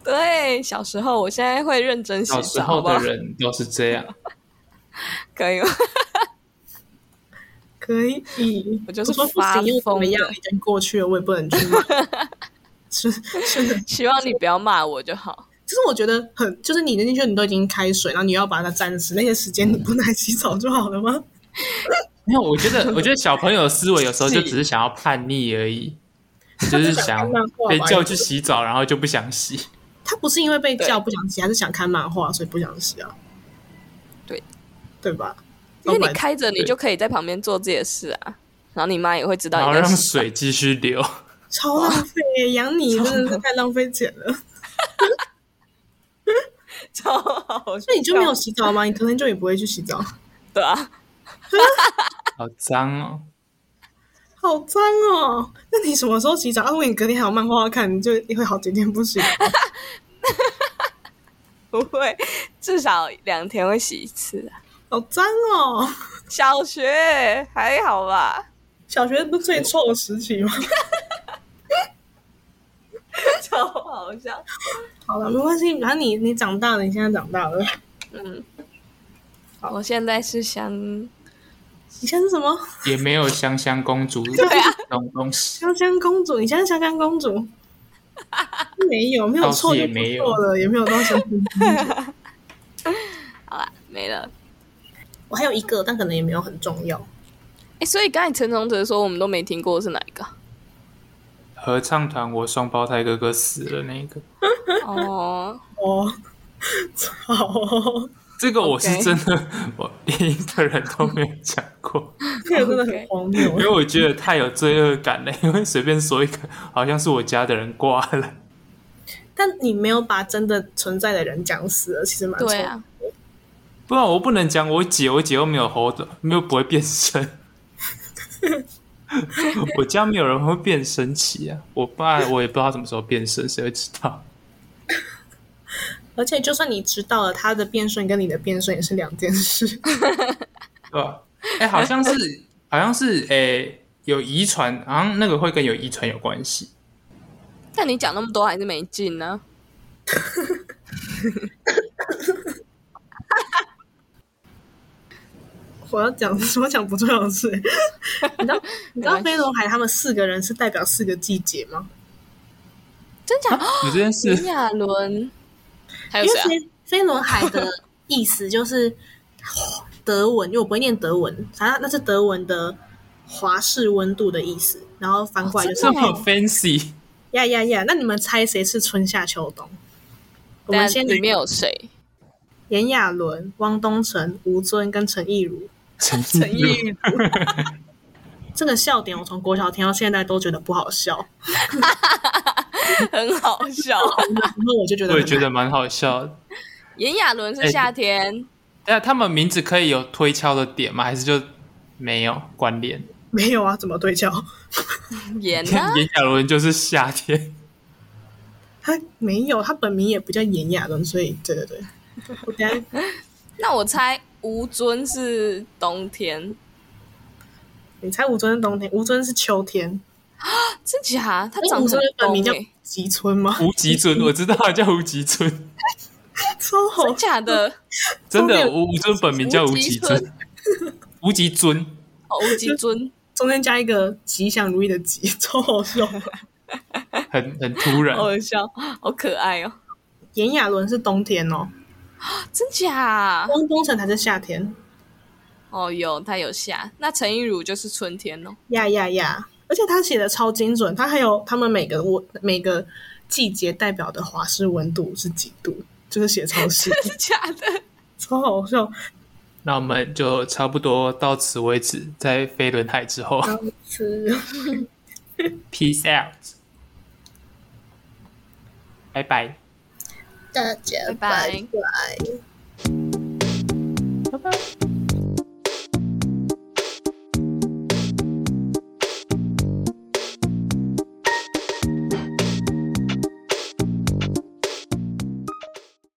[SPEAKER 3] 对，小时候，我现在会认真洗
[SPEAKER 1] 小时
[SPEAKER 3] 澡，
[SPEAKER 1] 候
[SPEAKER 3] 好不好
[SPEAKER 1] 的人都是这样。
[SPEAKER 3] 可以吗？
[SPEAKER 2] 可以，
[SPEAKER 3] 我就是
[SPEAKER 2] 说不
[SPEAKER 3] 发
[SPEAKER 2] 行，又怎
[SPEAKER 3] 疯
[SPEAKER 2] 么
[SPEAKER 3] 的
[SPEAKER 2] 样？已经过去了，我也不能去骂。 是是的，
[SPEAKER 3] 希望你不要骂我就
[SPEAKER 1] 哦
[SPEAKER 3] 好。
[SPEAKER 2] 就是我觉得很，就是你扔进去，你都已经开水，然后你又要把它沾湿，那些时间你不拿来洗澡就好了吗？
[SPEAKER 1] 没有，我觉得，我觉得小朋友的思维有时候就
[SPEAKER 3] 自己
[SPEAKER 1] 只是想要叛逆而已，就是想
[SPEAKER 2] 漫画吧
[SPEAKER 1] 被叫去洗澡，然后就不想洗。
[SPEAKER 2] 他不是因为被
[SPEAKER 3] 对
[SPEAKER 2] 叫不想洗，还是想看漫画所以不想洗啊？
[SPEAKER 3] 对，
[SPEAKER 2] 对吧？Oh 要
[SPEAKER 3] 因为你
[SPEAKER 2] 不然
[SPEAKER 3] 开着，你就可以在旁边做自己的事啊，然后你妈也会知道
[SPEAKER 1] 然后
[SPEAKER 3] 你在
[SPEAKER 1] 让
[SPEAKER 3] 洗。
[SPEAKER 1] 水继续流。
[SPEAKER 2] 超浪费耶，养你真的是太浪费钱了。
[SPEAKER 3] 超 好笑，
[SPEAKER 2] 所以你就没有洗澡吗？你隔天就也不会去洗 澡，
[SPEAKER 3] 对啊？
[SPEAKER 1] 好脏哦！
[SPEAKER 2] 好脏哦！那你什么时候洗澡？啊、如果你隔天还有漫画要看，你就你会好几天不 洗。
[SPEAKER 3] 不会，至少两天会洗一次啊。
[SPEAKER 2] 好脏哦！
[SPEAKER 3] 小学还好吧，
[SPEAKER 2] 小学不是最臭的时期吗？
[SPEAKER 3] 超好笑。
[SPEAKER 2] 好了，没关系，反正你你长大了，你现在长大了，
[SPEAKER 3] 嗯，我现在是想，
[SPEAKER 2] 你现在是什么
[SPEAKER 1] 也没有香香公主这
[SPEAKER 3] 啊
[SPEAKER 1] 种东西，
[SPEAKER 2] 香香公主？你现在是香香公 主？没有，没有
[SPEAKER 1] 倒是
[SPEAKER 2] 错就
[SPEAKER 1] 也
[SPEAKER 2] 不
[SPEAKER 1] 没有
[SPEAKER 2] 错了，也没有到香香公主。
[SPEAKER 3] 好啦，没了。
[SPEAKER 2] 我还有一个，但可能也没有很重 要。
[SPEAKER 3] 哎、所以刚才陈崇哲说我们都没听过是哪一个？
[SPEAKER 1] 合唱团我双胞胎哥哥死了那个，
[SPEAKER 3] 哦，
[SPEAKER 2] 哦，好哦，
[SPEAKER 1] 这个我是
[SPEAKER 3] OK
[SPEAKER 1] 真的， 我连一个人都没有讲过，
[SPEAKER 2] 这个真的很荒谬
[SPEAKER 1] 因。为我觉得太有罪恶感了，因为随便说一个，好像是我家的人挂了。
[SPEAKER 2] 但你没有把真的存在的人讲死了，其实蛮
[SPEAKER 3] 对啊，
[SPEAKER 1] 不然我不能讲我姐，我姐又没有猴子，没有不会变身。我家没有人会变声期啊，我爸我也不知道他什么时候变身，谁会知道？
[SPEAKER 2] 而且就算你知道了他的变顺跟你的变顺也是两件事，
[SPEAKER 1] 对吧？哎、好像是，好像是，哎、有遗传，好像那个会跟有遗传有关系。
[SPEAKER 3] 但你讲那么多还是没劲呢、
[SPEAKER 2] 我要讲什么讲不重要的事？你知道你知道
[SPEAKER 3] 没关系
[SPEAKER 2] 飞轮海他们四个人是代表四个季节吗？
[SPEAKER 3] 真假？
[SPEAKER 1] 有这件事
[SPEAKER 3] 炎亚纶，还
[SPEAKER 2] 啊因
[SPEAKER 3] 有
[SPEAKER 2] 为
[SPEAKER 3] 谁啊？
[SPEAKER 2] 飞飞轮海的意思就是德文，因为我不会念德文，反正那是德文的华氏温度的意思。然后翻过来就
[SPEAKER 1] 这
[SPEAKER 3] 哦
[SPEAKER 2] 是
[SPEAKER 1] 么 fancy，
[SPEAKER 2] 呀呀呀！那你们猜谁是春夏秋冬？我们
[SPEAKER 3] 但
[SPEAKER 2] 先
[SPEAKER 3] 里面 有谁？
[SPEAKER 2] 炎亚纶、汪东城、吴尊跟陈亦儒。
[SPEAKER 1] 陈
[SPEAKER 2] 陈
[SPEAKER 1] 亦儒
[SPEAKER 2] 亦儒，这个笑点我从国小听到现在都觉得不好笑，
[SPEAKER 3] 很好笑。
[SPEAKER 2] 然后我就觉得
[SPEAKER 1] 我
[SPEAKER 2] 很
[SPEAKER 1] 也觉得蛮好笑的。
[SPEAKER 3] 炎亚纶是
[SPEAKER 1] 哎
[SPEAKER 3] 夏天，
[SPEAKER 1] 但他们名字可以有推敲的点吗？还是就没有关联？
[SPEAKER 2] 没有啊，怎么对焦？
[SPEAKER 3] 炎啊，
[SPEAKER 1] 炎亚纶就是夏天，
[SPEAKER 2] 他没有，他本名也不叫炎亚纶，所以对对对，我等 一下
[SPEAKER 3] 那我猜吴尊是冬天，
[SPEAKER 2] 你猜吴尊是冬天，吴尊是秋天，
[SPEAKER 3] 真假？他
[SPEAKER 2] 那
[SPEAKER 3] 长
[SPEAKER 2] 吴
[SPEAKER 3] 成
[SPEAKER 2] 尊的本名
[SPEAKER 3] 冬
[SPEAKER 2] 叫
[SPEAKER 3] 欸
[SPEAKER 2] 吉村 吗？
[SPEAKER 1] 吴极 尊，我知道他叫吴极 尊，
[SPEAKER 2] 超好
[SPEAKER 3] 真，假的？
[SPEAKER 1] 真
[SPEAKER 2] 中间
[SPEAKER 1] 的，
[SPEAKER 2] 有
[SPEAKER 1] 吴吴尊本名叫吴极 尊，吴极尊，
[SPEAKER 3] 哦，吴极尊，
[SPEAKER 2] 中间加一个吉祥如意的吉，超好笑。
[SPEAKER 1] 很很突然
[SPEAKER 3] 好，好笑，好可爱哦！
[SPEAKER 2] 炎亚纶是冬天哦，
[SPEAKER 3] 真假？
[SPEAKER 2] 汪东城才是夏天，
[SPEAKER 3] 哦，有他有夏，那陈亦儒就是春天哦。
[SPEAKER 2] 呀呀呀！而且他写的超精准，他还有他们每个我每个季节代表的华氏温度是几度，就是写超 细，
[SPEAKER 3] 真 假的？
[SPEAKER 2] 超好笑。
[SPEAKER 1] 那我们就差不多到此为止，在飞轮海之后
[SPEAKER 2] 是，
[SPEAKER 1] ，peace out，拜拜。
[SPEAKER 2] 大家
[SPEAKER 3] 拜拜
[SPEAKER 2] 拜